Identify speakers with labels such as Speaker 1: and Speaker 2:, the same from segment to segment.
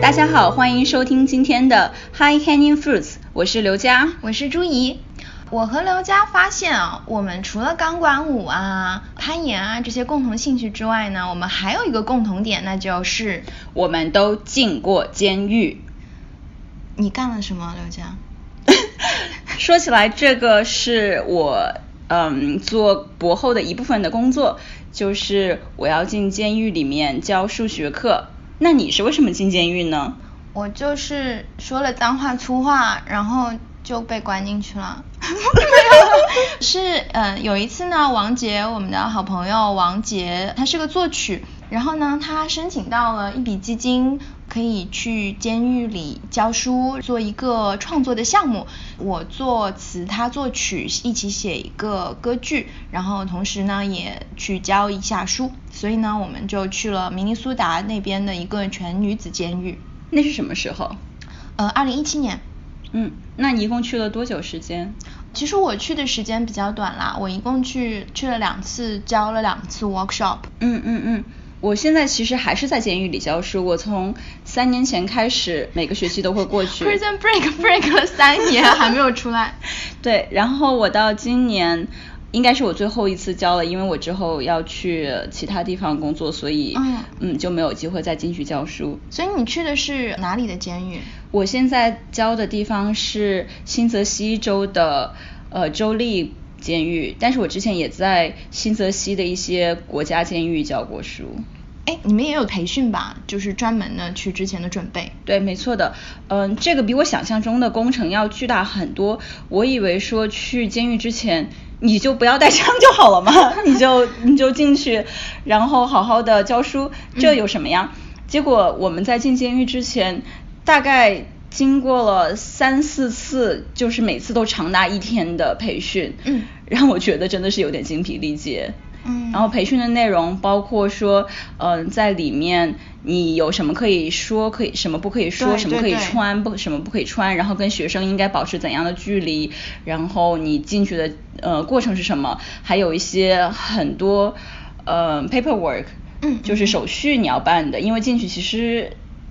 Speaker 1: 大家好，欢迎收听今天的 High Hanging Fruits，我是刘佳。
Speaker 2: 我是朱怡。我和刘佳发现啊，我们除了钢管舞啊、攀岩啊这些共同兴趣之外呢，我们还有一个共同点，那就是
Speaker 1: 我们都进过监狱。
Speaker 2: 你干了什么，刘佳？
Speaker 1: 说起来，这个是我嗯做博后的一部分的工作，就是我要进监狱里面教数学课。那你是为什么进监狱呢？
Speaker 2: 我就是说了脏话粗话，然后就被关进去了。 是呃，有一次呢，王杰，我们的好朋友王杰，他是个作曲，然后呢，他申请到了一笔基金，可以去监狱里教书，做一个创作的项目。我作词，他作曲，一起写一个歌剧，然后同时呢也去教一下书。所以呢，我们就去了明尼苏达那边的一个全女子监狱。
Speaker 1: 那是什么时候？
Speaker 2: 呃，二零一七年，
Speaker 1: 嗯，那你一共去了多久时间？
Speaker 2: 其实我去的时间比较短啦，我一共去去了两次，教了两次 workshop。
Speaker 1: 嗯嗯嗯，我现在其实还是在监狱里教书，我从三年前开始，每个学期都会过去。
Speaker 2: Prison Break break 了三年还没有出来。
Speaker 1: 对，然后我到今年应该是我最后一次教了，因为我之后要去其他地方工作，所以
Speaker 2: 嗯
Speaker 1: 就没有机会再进去教书。
Speaker 2: 所以你去的是哪里的监狱？
Speaker 1: 我现在教的地方是新泽西州的呃州立监狱，但是我之前也在新泽西的一些国家监狱教过书。
Speaker 2: 哎，你们也有培训吧？就是专门的去之前的准备。
Speaker 1: 对，没错的，嗯，这个比我想象中的工程要巨大很多。我以为说去监狱之前，你就不要带枪就好了嘛， 你就你就进去，然后好好的教书，这有什么呀？结果我们在进监狱之前，大概经过了三四次，就是每次都长达一天的培训，
Speaker 2: 嗯
Speaker 1: 让我觉得真的是有点精疲力竭。
Speaker 2: 嗯
Speaker 1: 然后培训的内容包括说，嗯、在里面你有什么可以说，可以什么不可以说，
Speaker 2: 对
Speaker 1: 什么
Speaker 2: 对
Speaker 1: 可以
Speaker 2: 对
Speaker 1: 穿，不什么不可以穿，然后跟学生应该保持怎样的距离，然后你进去的呃过程是什么，还有一些很多呃 paperwork，
Speaker 2: 嗯
Speaker 1: 就是
Speaker 2: 嗯
Speaker 1: 手续你要办的，因为进去其实。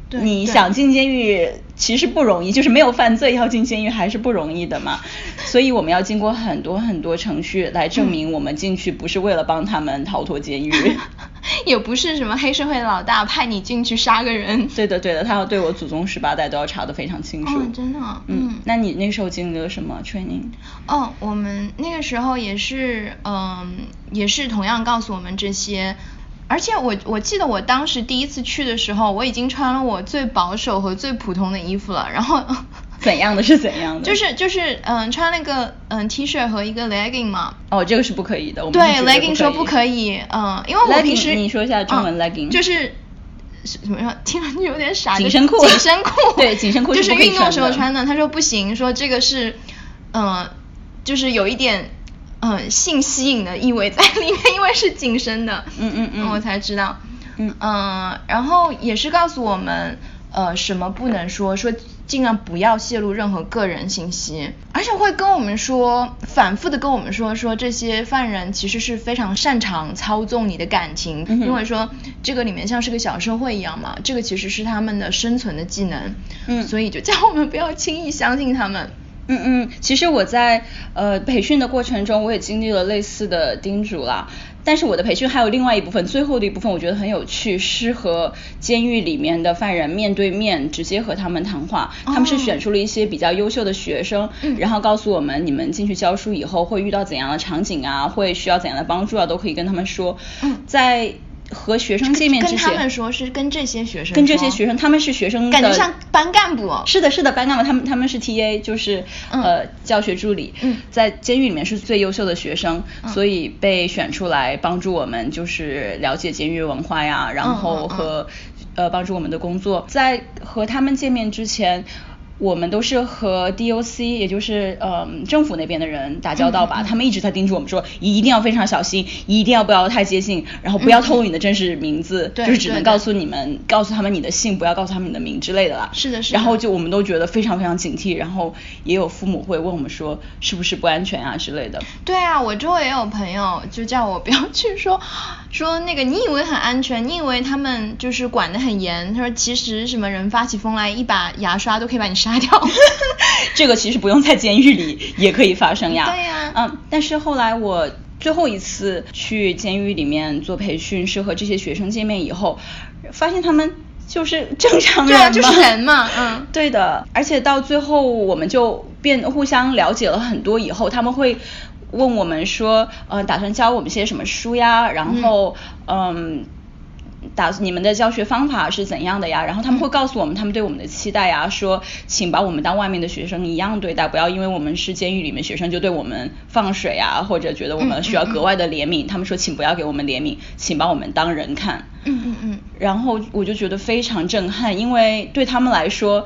Speaker 2: 对
Speaker 1: 你
Speaker 2: 对
Speaker 1: 想进监狱其实不容易，就是没有犯罪要进监狱还是不容易的嘛。所以我们要经过很多很多程序来
Speaker 2: 嗯
Speaker 1: 证明我们进去不是为了帮他们逃脱监 狱。
Speaker 2: 也不是什么黑社会老大派你进去杀个人。
Speaker 1: 对的，对的，他要对我祖宗十八代都要查得非常清楚。
Speaker 2: 哦真的啊
Speaker 1: 嗯
Speaker 2: 嗯
Speaker 1: 那你那时候经历了什么 training？
Speaker 2: 哦，我们那个时候也是，嗯，也是同样告诉我们这些。而且我我记得我当时第一次去的时候，我已经穿了我最保守和最普通的衣服了，然后
Speaker 1: 怎样的是怎样的？
Speaker 2: 就是就是嗯穿了个嗯 T 恤和一个 legging 嘛，
Speaker 1: 哦，这个是不可以的。我们
Speaker 2: 对
Speaker 1: 是绝对
Speaker 2: ，legging 说不可以，嗯，因为我
Speaker 1: Legging，
Speaker 2: 平时
Speaker 1: 你说一下中文
Speaker 2: 嗯
Speaker 1: legging
Speaker 2: 就是是怎么说，听上去有点傻，
Speaker 1: 紧
Speaker 2: 就是
Speaker 1: 身裤，
Speaker 2: 紧身裤
Speaker 1: 对紧身裤
Speaker 2: 就是是
Speaker 1: 不可以
Speaker 2: 运动时候
Speaker 1: 穿
Speaker 2: 穿
Speaker 1: 的
Speaker 2: 的。他说不行，说这个是，嗯，就是有一点。嗯，性吸引的意味在里面，因为是紧身的，
Speaker 1: 嗯嗯嗯
Speaker 2: 我才知道，
Speaker 1: 嗯
Speaker 2: 嗯，然后也是告诉我们，呃，什么不能说，说尽量不要泄露任何个人信息，而且会跟我们说，反复的跟我们说，说这些犯人其实是非常擅长操纵你的感情，
Speaker 1: 嗯哼
Speaker 2: 因为说这个里面像是个小社会一样嘛，这个其实是他们的生存的技能，
Speaker 1: 嗯
Speaker 2: 所以就叫我们不要轻易相信他们。
Speaker 1: 嗯嗯，其实我在呃培训的过程中，我也经历了类似的叮嘱啦。但是我的培训还有另外一部分，最后的一部分我觉得很有趣，是和监狱里面的犯人面对面直接和他们谈话。他们是
Speaker 2: 哦
Speaker 1: 选出了一些比较优秀的学生，
Speaker 2: 嗯
Speaker 1: 然后告诉我们你们进去教书以后会遇到怎样的场景啊，会需要怎样的帮助啊，都可以跟他们说。
Speaker 2: 嗯
Speaker 1: 在和学生见面之
Speaker 2: 跟
Speaker 1: 前，
Speaker 2: 他们说是跟这些学生说，
Speaker 1: 跟这些学生，他们是学生的，
Speaker 2: 感觉像班干部哦
Speaker 1: 是的，是的，班干部，他们他们是 TA，就是、
Speaker 2: 嗯
Speaker 1: 呃教学助理，
Speaker 2: 嗯
Speaker 1: 在监狱里面是最优秀的学生，
Speaker 2: 嗯
Speaker 1: 所以被选出来帮助我们，就是了解监狱文化呀，然
Speaker 2: 嗯嗯
Speaker 1: 后
Speaker 2: 嗯
Speaker 1: 和、呃帮助我们的工作。在和他们见面之前。我们都是和 DOC，也就是嗯政府那边的人打交道
Speaker 2: 嗯
Speaker 1: 吧，他们一直在叮嘱我们说，一定要非常小心，一定要不要太接近，然后不要透露你的真实名字，
Speaker 2: 嗯对
Speaker 1: 就是只
Speaker 2: 对
Speaker 1: 能
Speaker 2: 的
Speaker 1: 告诉你们，告诉他们你的姓，不要告诉他们你的名之类的啦。
Speaker 2: 是的是的
Speaker 1: 然后就我们都觉得非常非常警惕，然后也有父母会问我们说，是不是不安全啊之类的。
Speaker 2: 对啊，我周围也有朋友就叫我不要去说说那个，你以为很安全，你以为他们就是管得很严，他说其实什么人发起疯来，一把牙刷都可以把你杀掉。
Speaker 1: 这个其实不用在监狱 里也可以发生呀。
Speaker 2: 对呀
Speaker 1: 嗯，但是后来我最后一次去监狱里面做培训，是和这些学生见面以后，发现他们就是正常人
Speaker 2: 对
Speaker 1: 嘛，
Speaker 2: 啊就是人 嘛嗯
Speaker 1: 对的。而且到最后我们就变互相了解了很多以后，他们会。问我们说，呃，打算教我们些什么书呀？然后，嗯，打你们的教学方法是怎样的呀？然后他们会告诉我们他们对我们的期待呀，说请把我们当外面的学生一样对待，不要因为我们是监狱里面学生就对我们放水啊，或者觉得我们需要格外的怜悯。他们说请不要给我们怜悯，请把我们当人看。
Speaker 2: 嗯嗯嗯，
Speaker 1: 然后我就觉得非常震撼，因为对他们来说。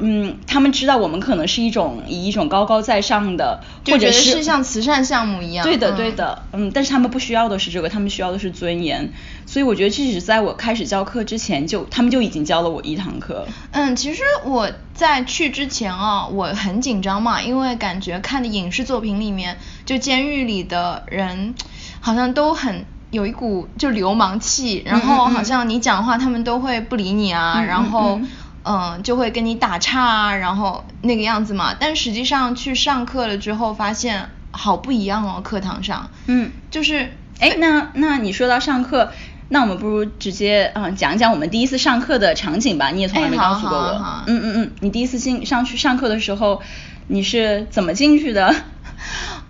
Speaker 1: 嗯，他们知道我们可能是一种以一种高高在上的，
Speaker 2: 就
Speaker 1: 或者
Speaker 2: 觉得
Speaker 1: 是
Speaker 2: 是像慈善项目一样
Speaker 1: 对的，
Speaker 2: 嗯
Speaker 1: 对的，嗯，但是他们不需要的是这个，他们需要的是尊严。所以我觉得，即使在我开始教课之前就，他们就已经教了我一堂课。
Speaker 2: 嗯，其实我在去之前啊、我很紧张嘛，因为感觉看的影视作品里面，就监狱里的人好像都很有一股就流氓气，然后
Speaker 1: 嗯嗯
Speaker 2: 好像你讲话他们都会不理你啊，
Speaker 1: 嗯嗯
Speaker 2: 然后
Speaker 1: 嗯
Speaker 2: 嗯就会跟你打岔啊，然后那个样子嘛。但实际上去上课了之后，发现好不一样哦，课堂上，
Speaker 1: 嗯
Speaker 2: 就是
Speaker 1: 哎，那那你说到上课，那我们不如直接嗯、讲一讲我们第一次上课的场景吧。你也从来
Speaker 2: 哎
Speaker 1: 没
Speaker 2: 好
Speaker 1: 告诉过
Speaker 2: 好
Speaker 1: 我。
Speaker 2: 好好
Speaker 1: 嗯嗯嗯，你第一次进上去上课的时候，你是怎么进去的？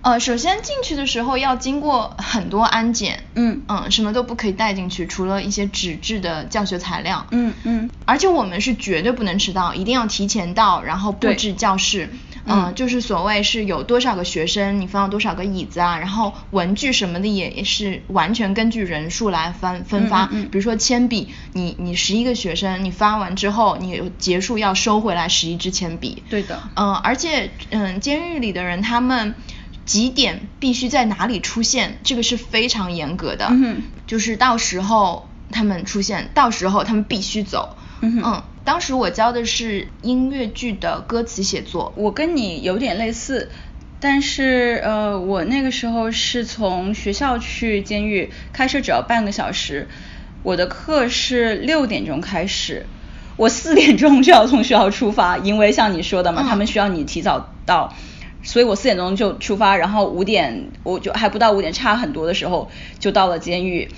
Speaker 2: 呃，首先进去的时候要经过很多安检，
Speaker 1: 嗯
Speaker 2: 嗯，什么都不可以带进去，除了一些纸质的教学材料，
Speaker 1: 嗯嗯
Speaker 2: 而且我们是绝对不能迟到，一定要提前到，然后布
Speaker 1: 对
Speaker 2: 置教室。
Speaker 1: 嗯
Speaker 2: 嗯，就是所谓是有多少个学生，你放了多少个椅子啊，然后文具什么的也是完全根据人数来分分发。
Speaker 1: 嗯嗯嗯
Speaker 2: 比如说铅笔，你你十一个学生，你发完之后，你有结束要收回来十一支铅笔。
Speaker 1: 对的
Speaker 2: 嗯，而且嗯，监狱里的人他们几点必须在哪里出现，这个是非常严格的。
Speaker 1: 嗯哼
Speaker 2: 就是到时候他们出现，到时候他们必须走。
Speaker 1: 嗯哼
Speaker 2: 当时我教的是音乐剧的歌词写作。
Speaker 1: 我跟你有点类似，但是呃，我那个时候是从学校去监狱，开车只要半个小时。我的课是六点钟开始，我四点钟就要从学校出发，因为像你说的嘛，
Speaker 2: 嗯
Speaker 1: 他们需要你提早到。所以我四点钟就出发，然后五点我就还不到五点，差很多的时候就到了监狱，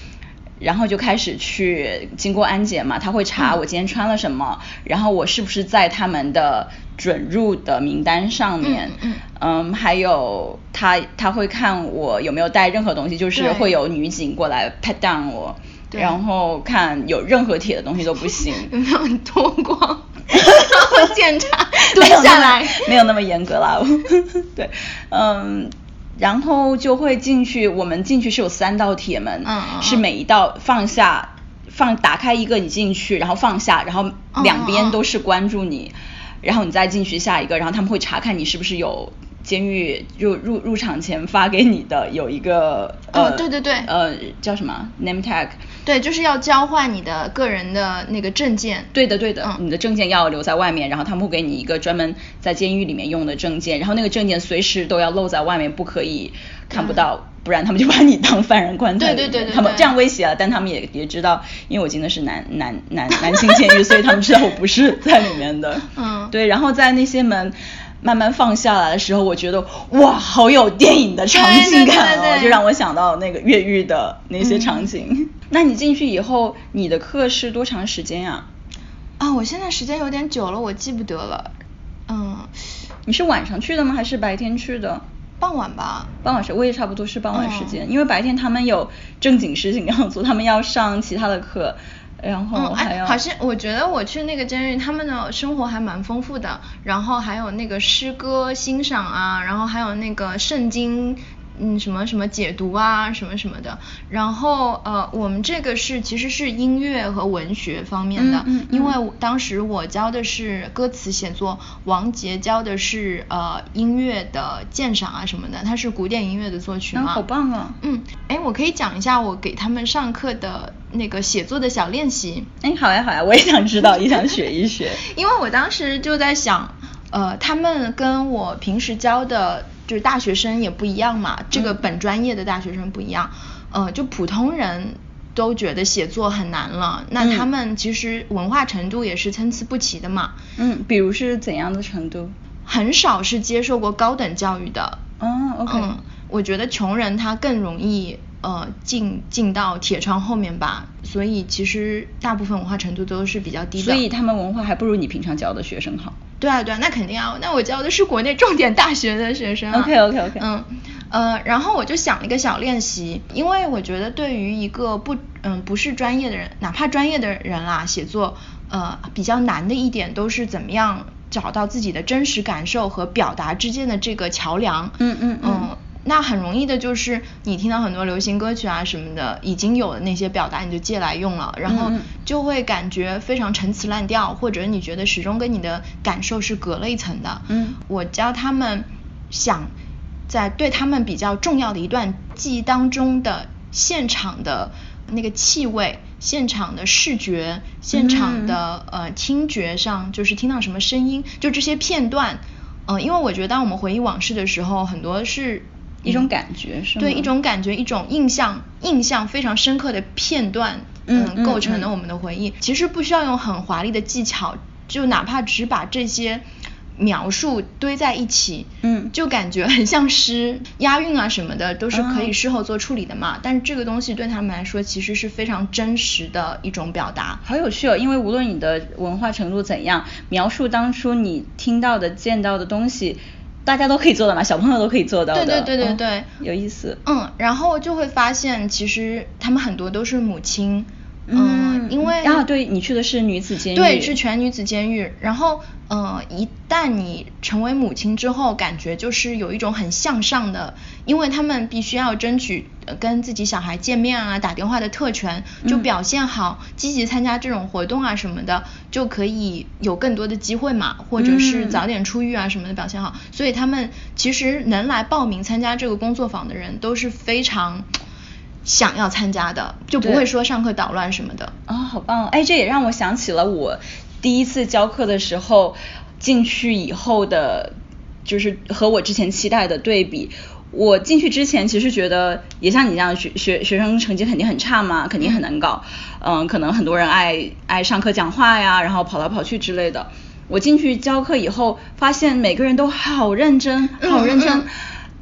Speaker 1: 然后就开始去经过安检嘛，他会
Speaker 2: 嗯
Speaker 1: 查我今天穿了什么，然后我是不是在他们的准入的名单上面，
Speaker 2: 嗯
Speaker 1: 嗯还有他他会看我有没有带任何东西，就是
Speaker 2: 对
Speaker 1: 会有女警过来 pat down 我，
Speaker 2: 对
Speaker 1: 然后看有任何铁的东西都不行，
Speaker 2: 有没有脱光？ 然后 检查，蹲
Speaker 1: 没有那
Speaker 2: 下
Speaker 1: 么
Speaker 2: 来。
Speaker 1: 没有那么严格啦。 对，嗯。然后就会进去，我们进去是有三道铁门，
Speaker 2: 嗯嗯嗯
Speaker 1: 是每一道放下放打开一个你进去，然后放下，然后
Speaker 2: 嗯
Speaker 1: 两边都是关注你，然后你再进去下一个，然后他们会查看你是不是有监狱入入入场前发给你的有一个呃、
Speaker 2: 哦对对对
Speaker 1: 呃叫什么 name tag，
Speaker 2: 对，就是要交换你的个人的那个证件。
Speaker 1: 对的，对的，
Speaker 2: 嗯
Speaker 1: 你的证件要留在外面，然后他们会给你一个专门在监狱里面用的证件，然后那个证件随时都要露在外面，不可以看不到，不然他们就把你当犯人关在里
Speaker 2: 对
Speaker 1: 面。
Speaker 2: 对对对
Speaker 1: 他们
Speaker 2: 对
Speaker 1: 这样威胁啊了，但他们也也知道，因为我进的是南南南南青 监狱，所以他们知道我不是在里面的。
Speaker 2: 嗯
Speaker 1: 对，然后在那些门。慢慢放下来的时候，我觉得哇，好有电影的场景感哦，
Speaker 2: 对对对对对
Speaker 1: 就让我想到那个越狱的那些场景。嗯那你进去以后，你的课是多长时间呀、
Speaker 2: 啊、我现在时间有点久了，我记不得了。嗯，
Speaker 1: 你是晚上去的吗？还是白天去的？
Speaker 2: 傍晚吧。
Speaker 1: 傍晚时，我也差不多是傍晚时间，
Speaker 2: 哦
Speaker 1: 因为白天他们有正经事情要做，他们要上其他的课，然后
Speaker 2: 嗯，
Speaker 1: 还
Speaker 2: 哎，
Speaker 1: 要、
Speaker 2: 好像我觉得我去那个监狱，他们的生活还蛮丰富的，然后还有那个诗歌欣赏啊，然后还有那个圣经嗯什么什么解读啊什么什么的。然后呃，我们这个是其实是音乐和文学方面的，
Speaker 1: 嗯嗯
Speaker 2: 因
Speaker 1: 嗯
Speaker 2: 为我当时我教的是歌词写作，王杰教的是呃音乐的鉴赏啊什么的，他是古典音乐的作曲
Speaker 1: 嗯
Speaker 2: 嘛，
Speaker 1: 好棒啊
Speaker 2: 嗯，哎，我可以讲一下我给他们上课的那个写作的小练习。
Speaker 1: 哎，好呀好呀，我也想知道，也想学一 学。
Speaker 2: 因为我当时就在想，呃，他们跟我平时教的，就是大学生也不一样嘛，这个本专业的大学生不一样，呃，就普通人。都觉得写作很难了，那
Speaker 1: 嗯
Speaker 2: 他们其实文化程度也是参差不齐的嘛，
Speaker 1: 嗯，比如是怎样的程度？
Speaker 2: 很少是接受过高等教育的。
Speaker 1: 哦，OK
Speaker 2: 嗯，我觉得穷人他更容易呃进进到铁窗后面吧，所以其实大部分文化程度都是啊比较低的。
Speaker 1: 所以他们文化还不如你平常教的学生好。
Speaker 2: 对啊，对啊，那肯定啊。那我教的是国内重点大学的学生、啊。
Speaker 1: OK，OK，OK
Speaker 2: 嗯，呃，然后我就想了一个小练习，因为我觉得对于一个不，嗯，不是专业的人，哪怕专业的人啦，写作，呃，比较难的一点都是怎么样找到自己的真实感受和表达之间的这个桥梁。
Speaker 1: 嗯嗯嗯
Speaker 2: 嗯那很容易的就是你听到很多流行歌曲啊什么的，已经有的那些表达你就借来用了，然后
Speaker 1: 嗯嗯
Speaker 2: 就会感觉非常陈词滥调，或者你觉得始终跟你的感受是隔了一层的。
Speaker 1: 嗯
Speaker 2: 我教他们想在对他们比较重要的一段记忆当中的现场的那个气味、现场的视觉、现场的、呃听觉上，就是听到什么声音，就这些片段。嗯、因为我觉得当我们回忆往事的时候，很多是
Speaker 1: 一种感觉是吗
Speaker 2: 嗯对一种感觉，一种印象，印象非常深刻的片段，呃
Speaker 1: 嗯嗯
Speaker 2: 构成了
Speaker 1: 嗯
Speaker 2: 我们的回忆。其实不需要用很华丽的技巧，就哪怕只把这些描述堆在一起，
Speaker 1: 嗯
Speaker 2: 就感觉很像诗，押韵啊什么的都是可以
Speaker 1: 啊
Speaker 2: 事后做处理的嘛。但是这个东西对他们来说其实是非常真实的一种表达。
Speaker 1: 好有趣哦，因为无论你的文化程度怎样，描述当初你听到的、见到的东西，大家都可以做到嘛，小朋友都可以做到的。
Speaker 2: 对对对对
Speaker 1: 哦
Speaker 2: 对
Speaker 1: 有意思。
Speaker 2: 嗯，然后就会发现，其实他们很多都是母亲，
Speaker 1: 嗯
Speaker 2: 因为
Speaker 1: 啊对你去的是女子监狱
Speaker 2: 对，是全女子监狱。然后，呃，一旦你成为母亲之后，感觉就是有一种很向上的，因为他们必须要争取呃跟自己小孩见面啊、打电话的特权，就
Speaker 1: 嗯
Speaker 2: 表现好，积极参加这种活动啊什么的，就可以有更多的机会嘛，或者是
Speaker 1: 嗯
Speaker 2: 早点出狱啊什么的表现好。所以他们其实能来报名参加这个工作坊的人都是非常。想要参加的，就不
Speaker 1: 对
Speaker 2: 会说上课捣乱什么的。
Speaker 1: 啊、好棒哦！哎，这也让我想起了我第一次教课的时候进去以后的，就是和我之前期待的对比。我进去之前其实觉得也像你这样，学学学生成绩肯定很差嘛，肯定很难搞。嗯，可能很多人爱爱上课讲话呀，然后跑来跑去之类的。我进去教课以后，发现每个人都好认真，好认真。
Speaker 2: 嗯嗯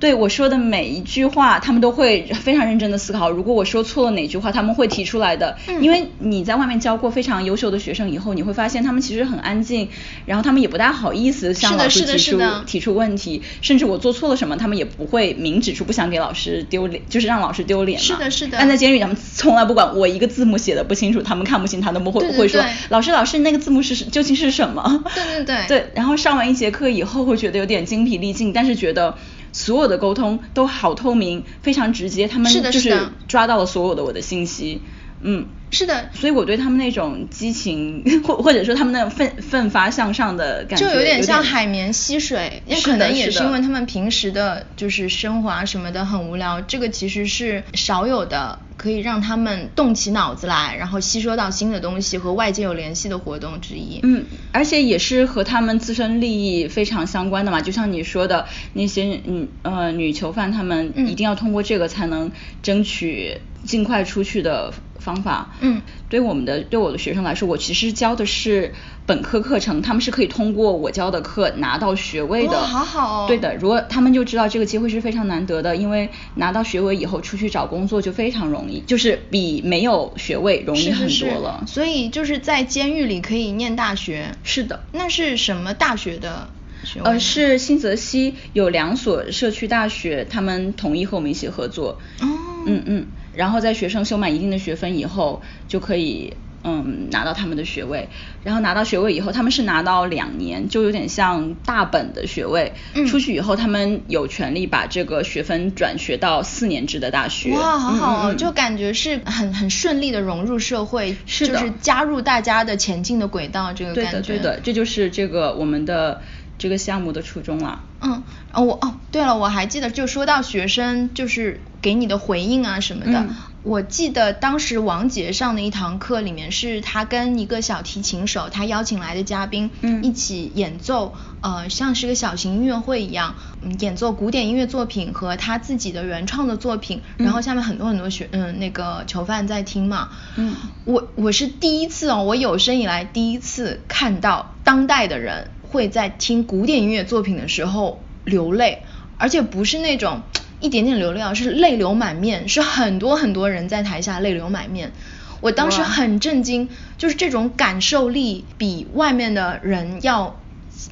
Speaker 1: 对我说的每一句话，他们都会非常认真的思考。如果我说错了哪句话，他们会提出来的。
Speaker 2: 嗯
Speaker 1: 因为你在外面教过非常优秀的学生以后，你会发现他们其实很安静，然后他们也不大好意思向
Speaker 2: 是的
Speaker 1: 老师
Speaker 2: 是的
Speaker 1: 提
Speaker 2: 是
Speaker 1: 出
Speaker 2: 的
Speaker 1: 提出问题，甚至我做错了什么，他们也不会明指出，不想给老师丢脸，就是让老师丢脸嘛。
Speaker 2: 是的是的
Speaker 1: 但在监狱，他们从来不管我一个字母写的不清楚，他们看不清，他们不会
Speaker 2: 对对
Speaker 1: 会说
Speaker 2: 对
Speaker 1: 老师老师那个字母是是究竟是什么？
Speaker 2: 对对对
Speaker 1: 对，然后上完一节课以后，会觉得有点精疲力尽，但是觉得所有的沟通都好透明，非常直接，他们
Speaker 2: 是的
Speaker 1: 就是
Speaker 2: 的
Speaker 1: 抓到了所有的我的信息，嗯。
Speaker 2: 是的，
Speaker 1: 所以我对他们那种激情，或或者说他们那种奋奋发向上的感觉，
Speaker 2: 就
Speaker 1: 有
Speaker 2: 有点像海绵吸水，也
Speaker 1: 是
Speaker 2: 可
Speaker 1: 的
Speaker 2: 能也
Speaker 1: 是
Speaker 2: 是因
Speaker 1: 的
Speaker 2: 为他们平时的就是生活啊什么的很无聊，这个其实是少有的可以让他们动起脑子来，然后吸收到新的东西和外界有联系的活动之一。
Speaker 1: 嗯，而且也是和他们自身利益非常相关的嘛，就像你说的那些嗯呃女囚犯，她们
Speaker 2: 嗯
Speaker 1: 一定要通过这个才能争取尽快出去的方法。
Speaker 2: 嗯
Speaker 1: 对我们的对我的学生来说，我其实教的是本科课程，他们是可以通过我教的课拿到学位的。
Speaker 2: 哇好好哦
Speaker 1: 对的，如果他们就知道这个机会是非常难得的，因为拿到学位以后出去找工作就非常容易，就是比没有学位容易
Speaker 2: 是
Speaker 1: 很
Speaker 2: 是
Speaker 1: 多
Speaker 2: 是
Speaker 1: 了。，
Speaker 2: 所以就是在监狱里可以念大学。
Speaker 1: 是的。
Speaker 2: 那是什么大学的学位呢？
Speaker 1: 呃，是新泽西有两所社区大学，他们统一和我们一起合作。
Speaker 2: 哦
Speaker 1: 嗯嗯，然后在学生修满一定的学分以后，就可以嗯拿到他们的学位，然后拿到学位以后，他们是拿到两年，就有点像大本的学位。
Speaker 2: 嗯
Speaker 1: 出去以后，他们有权利把这个学分转学到四年制的大学。
Speaker 2: 哇，好好哦，
Speaker 1: 嗯嗯嗯
Speaker 2: 就感觉是很很顺利的融入社会，
Speaker 1: 是
Speaker 2: 就
Speaker 1: 的
Speaker 2: 是加入大家的前进的轨道，这个
Speaker 1: 对
Speaker 2: 感觉。
Speaker 1: 的对的，这就是这个我们的这个项目的初衷啦。
Speaker 2: 嗯，哦，我哦，对了，我还记得，就说到学生就是给你的回应啊什么的，
Speaker 1: 嗯
Speaker 2: 我记得当时王杰上的一堂课里面，是他跟一个小提琴手，他邀请来的嘉宾，
Speaker 1: 嗯
Speaker 2: 一起演奏，呃，像是个小型音乐会一样，嗯，演奏古典音乐作品和他自己的原创的作品，然后
Speaker 1: 嗯
Speaker 2: 下面很多很多学，嗯，那个囚犯在听嘛，
Speaker 1: 嗯
Speaker 2: 我我是第一次哦，我有生以来第一次看到当代的人会在听古典音乐作品的时候流泪，而且不是那种一点点流泪啊，是泪流满面，是很多很多人在台下泪流满面。我当时
Speaker 1: 哇
Speaker 2: 很震惊，就是这种感受力比外面的人要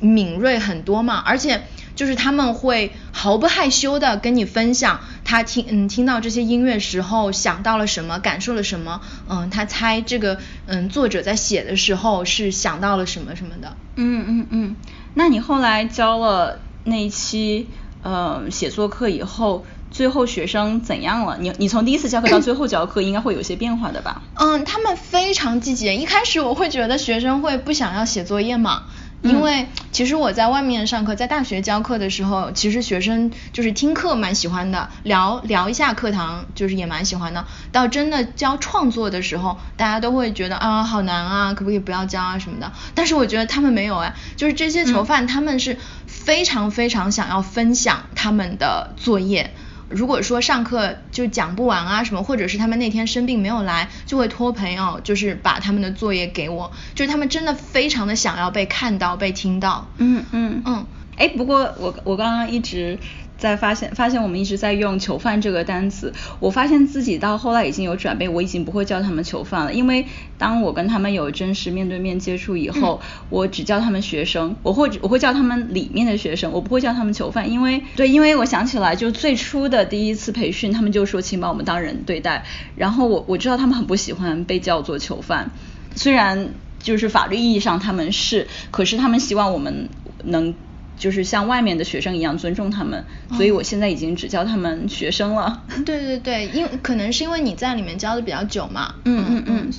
Speaker 2: 敏锐很多嘛，而且就是他们会毫不害羞的跟你分享他听嗯听到这些音乐时候想到了什么，感受了什么，嗯，他猜这个嗯作者在写的时候是想到了什么什么的。
Speaker 1: 嗯嗯嗯，那你后来教了那一期呃写作课以后，最后学生怎样了？你你从第一次教课到最后教课，应该会有些变化的吧？
Speaker 2: 嗯，他们非常积极。一开始我会觉得学生会不想要写作业嘛，因
Speaker 1: 嗯
Speaker 2: 为其实我在外面上课，在大学教课的时候，其实学生就是听课蛮喜欢的，聊聊一下课堂就是也蛮喜欢的。到真的教创作的时候，大家都会觉得啊好难啊，可不可以不要教啊什么的。但是我觉得他们没有哎，就是这些囚
Speaker 1: 嗯
Speaker 2: 犯他们是非常非常想要分享他们的作业。如果说上课就讲不完啊什么，或者是他们那天生病没有来，就会托朋友，就是把他们的作业给我，就是他们真的非常的想要被看到、被听到。
Speaker 1: 嗯嗯
Speaker 2: 嗯，
Speaker 1: 哎，不过我我刚刚一直在发现，发现我们一直在用囚犯这个单词，我发现自己到后来已经有转变，我已经不会叫他们囚犯了，因为当我跟他们有真实面对面接触以后，我只叫他们学生，我会我会叫他们里面的学生，我不会叫他们囚犯，因为对，因为我想起来，就最初的第一次培训，他们就说请把我们当人对待，然后我我知道他们很不喜欢被叫做囚犯，虽然。就是法律意义上他们是，可是他们希望我们能就是像外面的学生一样尊重他们，所以我现在已经只叫他们学生了。
Speaker 2: 哦 对对对，因可能是因为你在里面教的比较久嘛。
Speaker 1: 嗯嗯嗯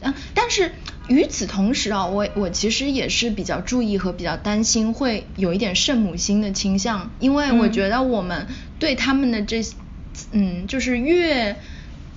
Speaker 2: 嗯，但是与此同时啊，我我其实也是比较注意和比较担心，会有一点圣母心的倾向，因为我
Speaker 1: 嗯
Speaker 2: 觉得我们对他们的这，嗯，就是越。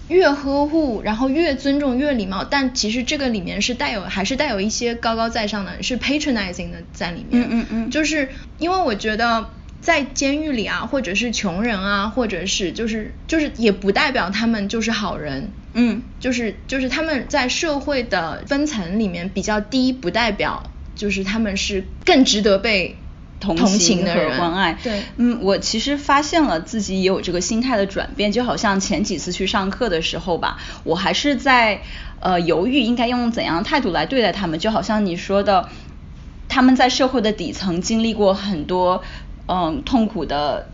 Speaker 2: 越呵护，然后越尊重，越礼貌，但其实这个里面是带有，还是带有一些高高在上的，是 patronizing 的在里面。
Speaker 1: 嗯嗯嗯
Speaker 2: 就是因为我觉得在监狱里啊，或者是穷人啊，或者是就是就是也不代表他们就是好人。
Speaker 1: 嗯
Speaker 2: 就是就是他们在社会的分层里面比较低，不代表就是他们是更值得被
Speaker 1: 同
Speaker 2: 情
Speaker 1: 情
Speaker 2: 的
Speaker 1: 和
Speaker 2: 人
Speaker 1: 关爱，
Speaker 2: 对，
Speaker 1: 嗯，我其实发现了自己也有这个心态的转变，就好像前几次去上课的时候吧，我还是在呃犹豫应该用怎样的态度来对待他们，就好像你说的，他们在社会的底层经历过很多嗯痛苦的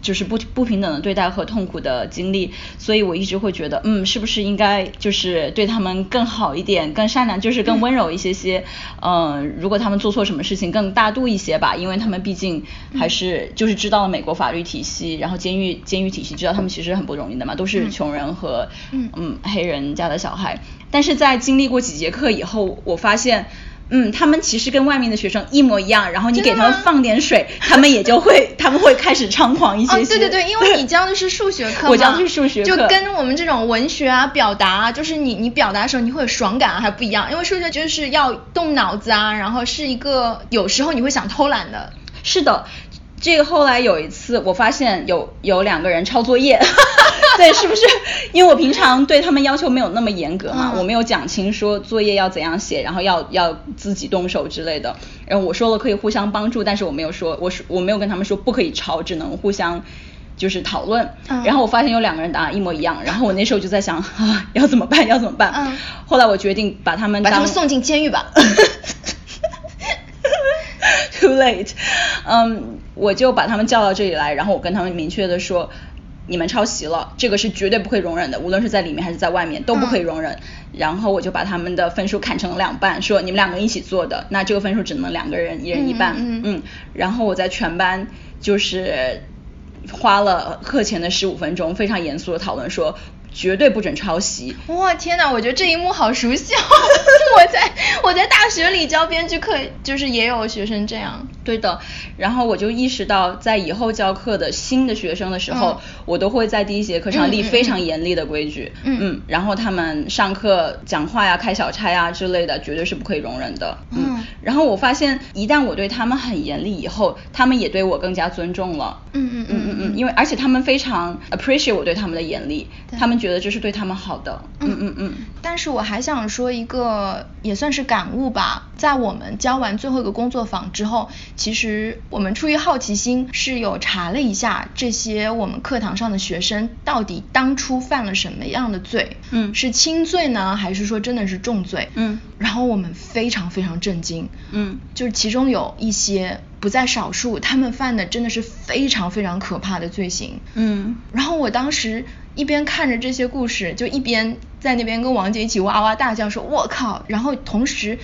Speaker 1: 就是不不平等的对待和痛苦的经历，所以我一直会觉得，嗯，是不是应该就是对他们更好一点，更善良，就是更温柔一些些，嗯、如果他们做错什么事情，更大度一些吧，因为他们毕竟
Speaker 2: 嗯
Speaker 1: 还是就是知道了美国法律体系，然后监狱监狱体系，知道他们其实很不容易的嘛，都是
Speaker 2: 嗯
Speaker 1: 穷人和
Speaker 2: 嗯
Speaker 1: 嗯黑人家的小孩，但是在经历过几节课以后，我发现。嗯，他们其实跟外面的学生一模一样，然后你
Speaker 2: 真的
Speaker 1: 给他们
Speaker 2: 吗
Speaker 1: 放点水，他们也就会，他们会开始猖狂一些
Speaker 2: 哦，对对对，因为你教的是数学课 嘛，
Speaker 1: 我教的是数学课，
Speaker 2: 就跟我们这种文学啊、表达啊，就是你你表达的时候，你会有爽感啊，还不一样。因为数学就是要动脑子啊，然后是一个有时候你会想偷懒的。
Speaker 1: 是的。这个后来有一次，我发现有有两个人抄作业， 对，是不是？因为我平常对他们要求没有那么严格嘛，
Speaker 2: 嗯
Speaker 1: 我没有讲清说作业要怎样写，然后要要自己动手之类的。然后我说了可以互相帮助，但是我没有说，我是我没有跟他们说不可以抄，只能互相就是讨论。
Speaker 2: 嗯
Speaker 1: 然后我发现有两个人答案一模一样，然后我那时候就在想啊，要怎么办？要怎么办？
Speaker 2: 嗯
Speaker 1: 后来我决定把他们
Speaker 2: 把他
Speaker 1: 当
Speaker 2: 们送进监 狱吧。
Speaker 1: Too late，嗯、我就把他们叫到这里来，然后我跟他们明确的说，你们抄袭了，这个是绝对不会容忍的，无论是在里面还是在外面都不
Speaker 2: 嗯
Speaker 1: 可以容忍。然后我就把他们的分数砍成两半，说你们两个人一起做的，那这个分数只能两个人一人一半。
Speaker 2: 嗯嗯嗯
Speaker 1: 然后我在全班就是花了课前的十五分钟，非常严肃的讨论说。绝对不准抄袭，
Speaker 2: 哇天哪！我觉得这一幕好熟悉哦， 我在 我在大学里教编剧课，就是也有学生这样。
Speaker 1: 对的，然后我就意识到，在以后教课的新的学生的时候，
Speaker 2: 嗯
Speaker 1: 我都会在第一节课上立
Speaker 2: 嗯嗯
Speaker 1: 非常严厉的规矩，
Speaker 2: 嗯
Speaker 1: 然后他们上课讲话呀、开小差呀之类的，绝对是不可以容忍的，
Speaker 2: 嗯
Speaker 1: 然后我发现，一旦我对他们很严厉以后，他们也对我更加尊重了，
Speaker 2: 嗯嗯
Speaker 1: 嗯
Speaker 2: 嗯
Speaker 1: 嗯，因为而且他们非常 appreciate 我对他们的严厉，
Speaker 2: 对
Speaker 1: 他们觉得这是对他们好的，嗯嗯嗯，
Speaker 2: 但是我还想说一个也算是感悟吧，在我们教完最后一个工作坊之后，其实我们出于好奇心是有查了一下这些我们课堂上的学生到底当初犯了什么样的罪，
Speaker 1: 嗯
Speaker 2: 是轻罪呢，还是说真的是重罪？
Speaker 1: 嗯
Speaker 2: 然后我们非常非常震惊，
Speaker 1: 嗯
Speaker 2: 就是其中有一些不在少数，他们犯的真的是非常非常可怕的罪行，
Speaker 1: 嗯
Speaker 2: 然后我当时一边看着这些故事，就一边在那边跟王姐一起哇哇大叫说“我靠”，然后同时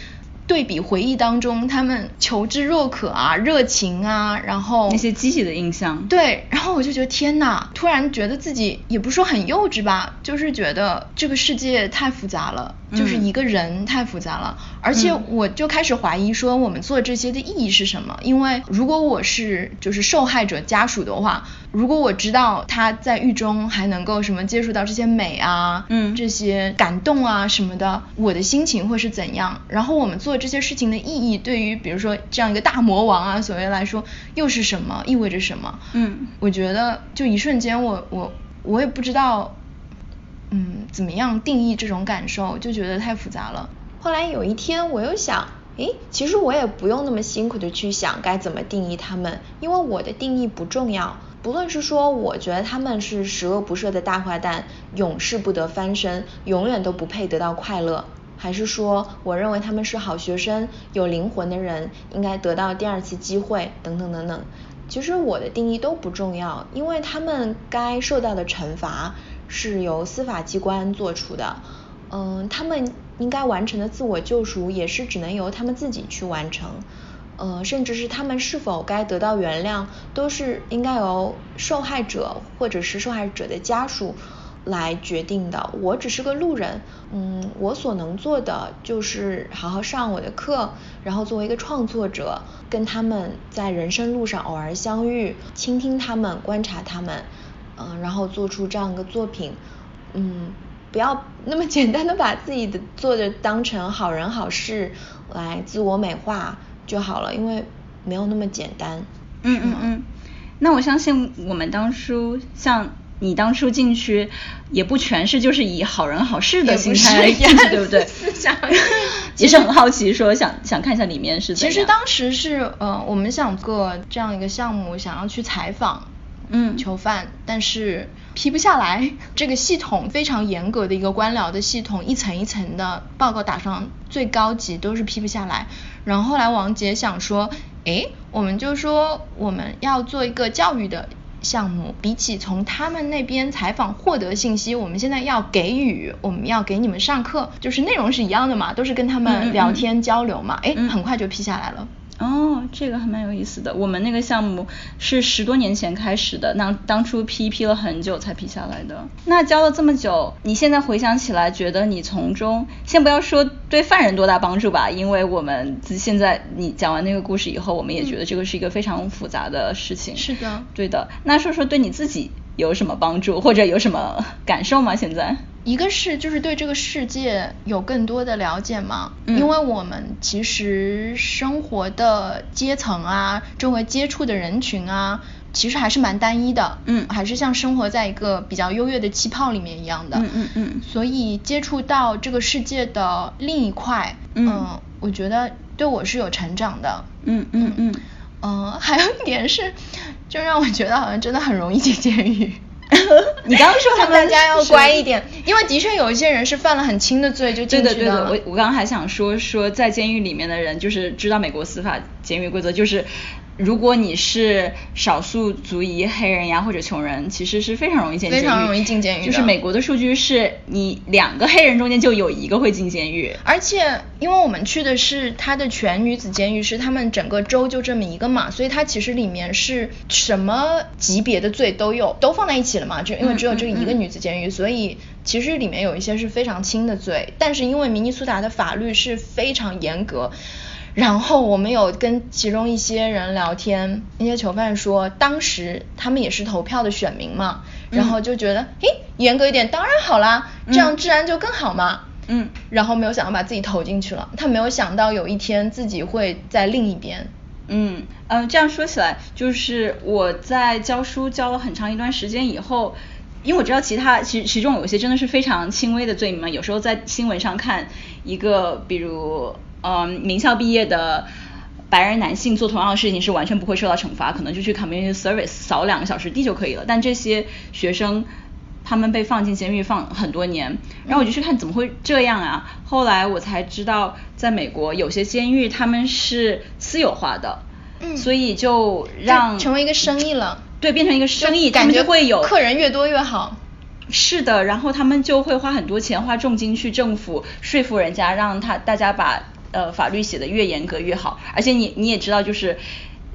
Speaker 2: 对比回忆当中他们求知若渴啊、热情啊，然后
Speaker 1: 那些积极的印象，
Speaker 2: 对，然后我就觉得天呐，突然觉得自己也不是说很幼稚吧，就是觉得这个世界太复杂了，就是
Speaker 1: 嗯
Speaker 2: 一个人太复杂了，而且
Speaker 1: 嗯
Speaker 2: 我就开始怀疑说我们做这些的意义是什么？因为如果我是就是受害者家属的话，如果我知道他在狱中还能够什么接触到这些美啊，
Speaker 1: 嗯
Speaker 2: 这些感动啊什么的，我的心情会是怎样？然后我们做这些事情的意义，对于比如说这样一个大魔王啊，所谓来说又是什么？意味着什么？
Speaker 1: 嗯
Speaker 2: 我觉得就一瞬间我，我我也不知道，嗯，怎么样定义这种感受，就觉得太复杂了。
Speaker 3: 后来有一天，我又想，诶，其实我也不用那么辛苦的去想该怎么定义他们，因为我的定义不重要。不论是说，我觉得他们是十恶不赦的大坏蛋，永世不得翻身，永远都不配得到快乐，还是说，我认为他们是好学生，有灵魂的人，应该得到第二次机会，等等等等。其实我的定义都不重要，因为他们该受到的惩罚是由司法机关做出的。嗯，他们应该完成的自我救赎也是只能由他们自己去完成。呃，甚至是他们是否该得到原谅，都是应该由受害者或者是受害者的家属来决定的。我只是个路人，嗯，我所能做的就是好好上我的课，然后作为一个创作者，跟他们在人生路上偶尔相遇，倾听他们，观察他们，嗯、然后做出这样一个作品，嗯，不要那么简单的把自己的做的当成好人好事来自我美化就好了，因为没有那么简单。
Speaker 1: 嗯嗯嗯，那我相信我们当初像你当初进去，也不全是就是以好人好事的
Speaker 2: 也
Speaker 1: 心
Speaker 2: 不是
Speaker 1: 态进去，
Speaker 2: 呀
Speaker 1: 对不对？
Speaker 2: 思想
Speaker 1: 也是很好奇，说想想看一下里面是怎
Speaker 2: 其
Speaker 1: 样。
Speaker 2: 实当时是，呃，我们想做这样一个项目，想要去采访，
Speaker 1: 嗯
Speaker 2: 囚犯，但是批不下来。 这个系统非常严格的一个官僚的系统，一层一层的报告打上最高级都是批不下来。然后后来王杰想说，诶，我们就说我们要做一个教育的。项目比起从他们那边采访获得信息，我们现在要给予，我们要给你们上课，就是内容是一样的嘛，都是跟他
Speaker 1: 嗯嗯
Speaker 2: 们
Speaker 1: 嗯
Speaker 2: 聊天交流嘛，诶，
Speaker 1: 嗯
Speaker 2: 很快就批下来了。
Speaker 1: 哦，这个还蛮有意思的。我们那个项目是十多年前开始的，那当初批批了很久才批下来的。那教了这么久，你现在回想起来，觉得你从中，先不要说对犯人多大帮助吧，因为我们自现在你讲完那个故事以后，我们也觉得这个是一个非常复杂的事情。
Speaker 2: 嗯是的
Speaker 1: 对的。那说说对你自己有什么帮助，或者有什么感受吗？现在？
Speaker 2: 一个是就是对这个世界有更多的了解嘛，
Speaker 1: 嗯
Speaker 2: 因为我们其实生活的阶层啊，周围接触的人群啊，其实还是蛮单一的，
Speaker 1: 嗯
Speaker 2: 还是像生活在一个比较优越的气泡里面一样的，
Speaker 1: 嗯嗯嗯
Speaker 2: 所以接触到这个世界的另一块，呃
Speaker 1: 嗯
Speaker 2: 我觉得对我是有成长的，
Speaker 1: 嗯嗯嗯。
Speaker 2: 嗯、还有一点是，就让我觉得好像真的很容易进监狱。
Speaker 1: 你刚刚说他
Speaker 2: 让
Speaker 1: 们
Speaker 2: 大家要
Speaker 1: 是
Speaker 2: 乖一点，因为的确有一些人是犯了很轻的罪就
Speaker 1: 对
Speaker 2: 进去
Speaker 1: 的，
Speaker 2: 了。
Speaker 1: 对的，我我刚刚还想说说，在监狱里面的人，就是知道美国司法监狱规则，就是如果你是少数族裔、黑人呀或者穷人，其实是非常容易进监狱，
Speaker 2: 非常容易进监狱的
Speaker 1: 就是美国的数据是你两个黑人中间就有一个会进监狱。
Speaker 2: 而且，因为我们去的是它的全女子监狱，是他们整个州就这么一个嘛，所以它其实里面是什么级别的罪都有，都放在一起了嘛。就因为只有这一个女子监狱，所以其实里面有一些是非常轻的罪，但是因为明尼苏达的法律是非常严格。然后我们有跟其中一些人聊天，那些囚犯说，当时他们也是投票的选民嘛，然后就觉得，嘿，严格一点当然好啦，这样治安就更好嘛。
Speaker 1: 嗯
Speaker 2: 然后没有想到把自己投进去了，他没有想到有一天自己会在另一边。
Speaker 1: 嗯，呃，这样说起来，就是我在教书教了很长一段时间以后，因为我知道其他其其中有一些真的是非常轻微的罪名嘛，有时候在新闻上看一个，比如嗯名校毕业的。白人男性做同样的事情是完全不会受到惩罚，可能就去 community service 扫两个小时地就可以了。但这些学生他们被放进监狱放很多年，然后我就去看怎么会这样啊？后来我才知道，在美国有些监狱他们是私有化的，
Speaker 2: 嗯
Speaker 1: 所以就让
Speaker 2: 就成为一个生意了
Speaker 1: 对，变成一个生意，
Speaker 2: 就感
Speaker 1: 他们
Speaker 2: 觉
Speaker 1: 就会有
Speaker 2: 客人越多越好。
Speaker 1: 是的，然后他们就会花很多钱，花重金去政府说服人家，让他大家把呃法律写得越严格越好。而且你你也知道，就是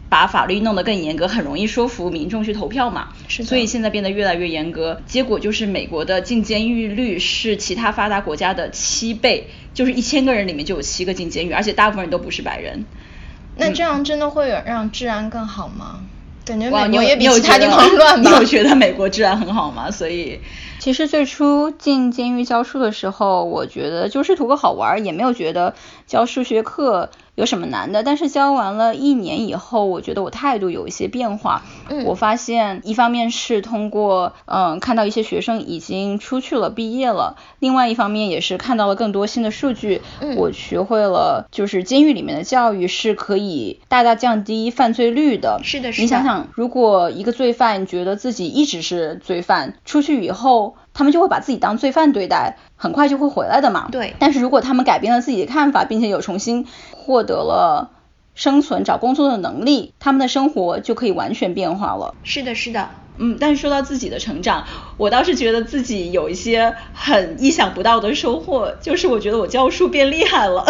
Speaker 1: 把法律弄得更严格，很容易说服民众去投票嘛。
Speaker 2: 是的
Speaker 1: 所以现在变得越来越严格，结果就是美国的进监狱率是其他发达国家的七倍，就是一千个人里面就有七个进监狱，而且大部分人都不是白人。
Speaker 2: 那这样真的会有让治安更好吗？感觉
Speaker 1: 哇，
Speaker 2: 美
Speaker 1: 你
Speaker 2: 国
Speaker 1: 有
Speaker 2: 也比
Speaker 1: 你有
Speaker 2: 其他
Speaker 1: 觉
Speaker 2: 地
Speaker 1: 得
Speaker 2: 方乱 吧？
Speaker 1: 你有觉得美国治安很好吗？所以。其实最初进监狱教书的时候，我觉得就是图个好玩儿，也没有觉得教数学课有什么难的。但是教完了一年以后，我觉得我态度有一些变化。
Speaker 2: 嗯
Speaker 1: 我发现一方面是通过嗯看到一些学生已经出去了毕业了，另外一方面也是看到了更多新的数据。
Speaker 2: 嗯
Speaker 1: 我学会了就是监狱里面的教育是可以大大降低犯罪率的。
Speaker 2: 是的是
Speaker 1: 你
Speaker 2: 的
Speaker 1: 想想，如果一个罪犯觉得自己一直是罪犯，出去以后他们就会把自己当罪犯对待，很快就会回来的嘛。
Speaker 2: 对
Speaker 1: 但是如果他们改变了自己的看法，并且有重新获得了生存、找工作的能力，他们的生活就可以完全变化了。
Speaker 2: 是的，是的。
Speaker 1: 嗯，但是说到自己的成长，我倒是觉得自己有一些很意想不到的收获，就是我觉得我教书变厉害了，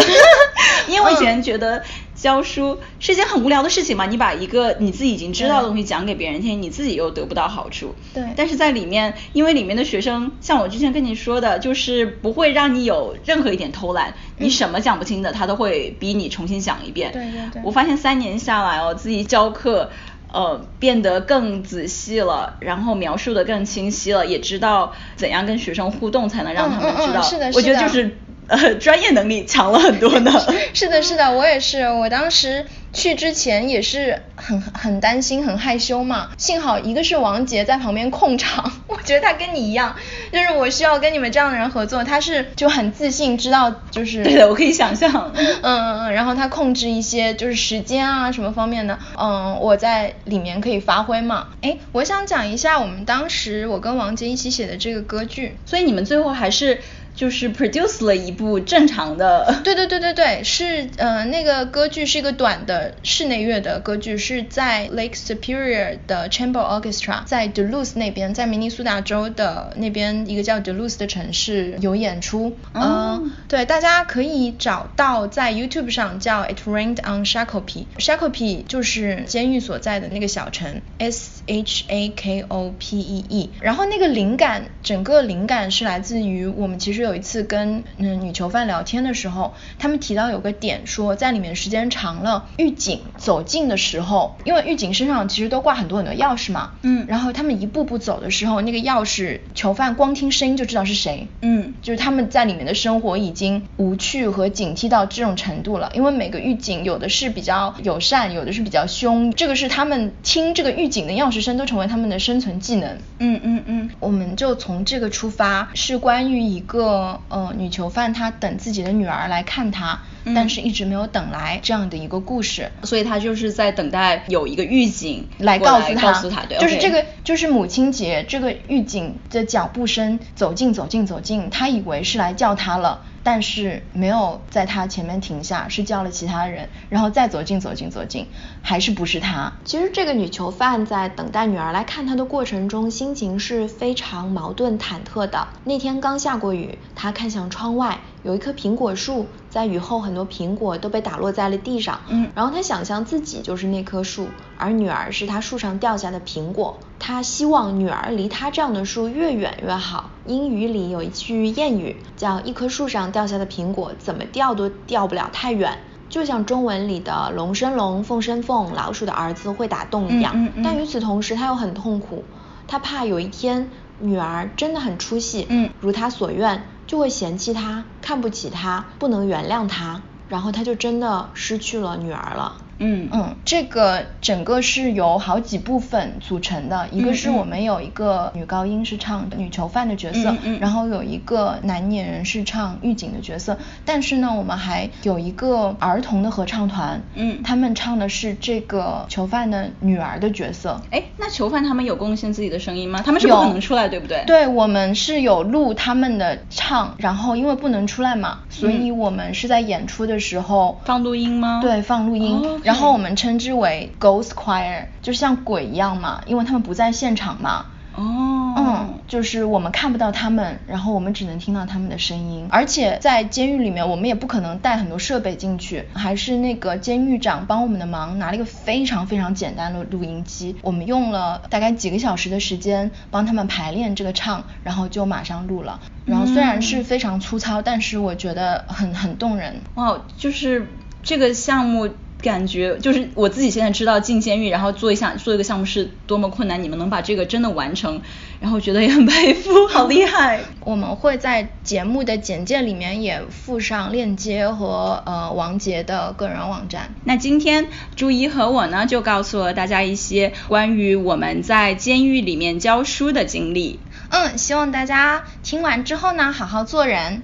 Speaker 1: 因为我以前觉得教书是一件很无聊的事情嘛，你把一个你自己已经知道的东西讲给别人听，你自己又得不到好处。
Speaker 2: 对
Speaker 1: 但是在里面，因为里面的学生，像我之前跟你说的，就是不会让你有任何一点偷懒，你什么讲不清的，他都会逼你重新讲一遍。
Speaker 2: 对对对
Speaker 1: 我发现三年下来哦，自己教课，呃，变得更仔细了，然后描述的更清晰了，也知道怎样跟学生互动才能让他们
Speaker 2: 嗯嗯嗯
Speaker 1: 知道。
Speaker 2: 是的
Speaker 1: 我觉得
Speaker 2: 是
Speaker 1: 就
Speaker 2: 的
Speaker 1: 是呃专业能力强了很多呢。
Speaker 2: 是的，是的，我也是。我当时去之前也是很很担心、很害羞嘛。幸好一个是王杰在旁边控场， 我觉得他跟你一样，就是我需要跟你们这样的人合作，他是就很自信，知道就是
Speaker 1: 对的，我可以想象。
Speaker 2: 嗯嗯，嗯，然后他控制一些就是时间啊什么方面的，嗯，我在里面可以发挥嘛。哎，我想讲一下我们当时我跟王杰一起写的这个歌剧，
Speaker 1: 所以你们最后还是就是 produce 了一部正常的。
Speaker 2: 对对对对对，是呃那个歌剧是一个短的室内乐的歌剧，是在 Lake Superior 的 Chamber Orchestra，在 Duluth 那边，在明尼苏达州的那边一个叫 Duluth 的城市有演出。嗯、
Speaker 1: 哦
Speaker 2: 对，大家可以找到在 YouTube 上叫 It Rained on Shakopee。Shakopee 就是监狱所在的那个小城，S H A K O P E E。然后那个灵感，整个灵感是来自于我们其实有一次跟嗯女囚犯聊天的时候，他们提到有个点说，在里面时间长了，狱警走近的时候，因为狱警身上其实都挂很多很多钥匙嘛，
Speaker 1: 嗯
Speaker 2: 然后他们一步步走的时候，那个钥匙囚犯光听声音就知道是谁，
Speaker 1: 嗯
Speaker 2: 就是他们在里面的生活已经无趣和警惕到这种程度了，因为每个狱警有的是比较友善，有的是比较凶，这个是他们听这个狱警的钥匙声都成为他们的生存技能。
Speaker 1: 嗯嗯嗯
Speaker 2: 我们就从这个出发，是关于一个呃女囚犯她等自己的女儿来看她，
Speaker 1: 嗯
Speaker 2: 但是一直没有等来这样的一个故事。
Speaker 1: 所以他就是在等待有一个狱警
Speaker 2: 来
Speaker 1: 过
Speaker 2: 告诉
Speaker 1: 告
Speaker 2: 他，
Speaker 1: 诉他，对，
Speaker 2: 就是
Speaker 1: OK
Speaker 2: 这个，就是母亲节，这个狱警的脚步声走近走近走近，他以为是来叫他了，但是没有在他前面停下，是叫了其他人，然后再走近走近走近，还是不是他。
Speaker 3: 其实这个女囚犯在等待女儿来看她的过程中，心情是非常矛盾忐忑的。那天刚下过雨，她看向窗外，有一棵苹果树，在雨后很多苹果都被打落在了地上。
Speaker 1: 嗯
Speaker 3: 然后她想象自己就是那棵树，而女儿是她树上掉下的苹果。她希望女儿离她这样的树越远越好。英语里有一句谚语叫“一棵树上掉下的苹果，怎么掉都掉不了太远”。就像中文里的“龙生龙，凤生凤，老鼠的儿子会打洞”一样。
Speaker 1: 嗯嗯嗯
Speaker 3: 但与此同时，她又很痛苦，她怕有一天女儿真的很出息，
Speaker 1: 嗯
Speaker 3: 如她所愿，就会嫌弃她，看不起她，不能原谅她，然后她就真的失去了女儿了。
Speaker 1: 嗯
Speaker 2: 嗯，这个整个是由好几部分组成的，一个是
Speaker 1: 嗯
Speaker 2: 我们有一个女高音是唱女囚犯的角色，
Speaker 1: 嗯嗯
Speaker 2: 然后有一个男演员是唱狱警的角色，但是呢，我们还有一个儿童的合唱团，
Speaker 1: 嗯
Speaker 2: 他们唱的是这个囚犯的女儿的角色。
Speaker 1: 哎，那囚犯他们有贡献自己的声音吗？他们是不可能出来，对不对？，
Speaker 2: 对，我们是有录他们的唱，然后因为不能出来嘛，所以我们是在演出的时候
Speaker 1: 嗯放录音吗？
Speaker 2: 对，放录音。
Speaker 1: 哦，OK
Speaker 2: 然后我们称之为 ghost choir，就像鬼一样嘛，因为他们不在现场嘛。
Speaker 1: 哦，
Speaker 2: 嗯，就是我们看不到他们，然后我们只能听到他们的声音。而且在监狱里面，我们也不可能带很多设备进去，还是那个监狱长帮我们的忙，拿了一个非常非常简单的录音机，我们用了大概几个小时的时间帮他们排练这个唱，然后就马上录了。然后虽然是非常粗糙，但是我觉得很很动人。
Speaker 1: 哇，就是这个项目。感觉就是我自己现在知道进监狱，然后做一下做一个项目是多么困难，你们能把这个真的完成，然后觉得也很 佩服，好厉害。
Speaker 2: 我们会在节目的简介里面也附上链接和呃王杰的个人网站。
Speaker 1: 那今天朱一和我呢，就告诉了大家一些关于我们在监狱里面教书的经历。
Speaker 2: 嗯，希望大家听完之后呢，好好做人。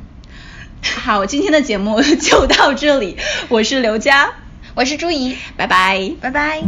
Speaker 1: 好，今天的节目 就到这里，我是刘佳，
Speaker 2: 我是朱怡，
Speaker 1: 拜拜。
Speaker 2: 拜拜。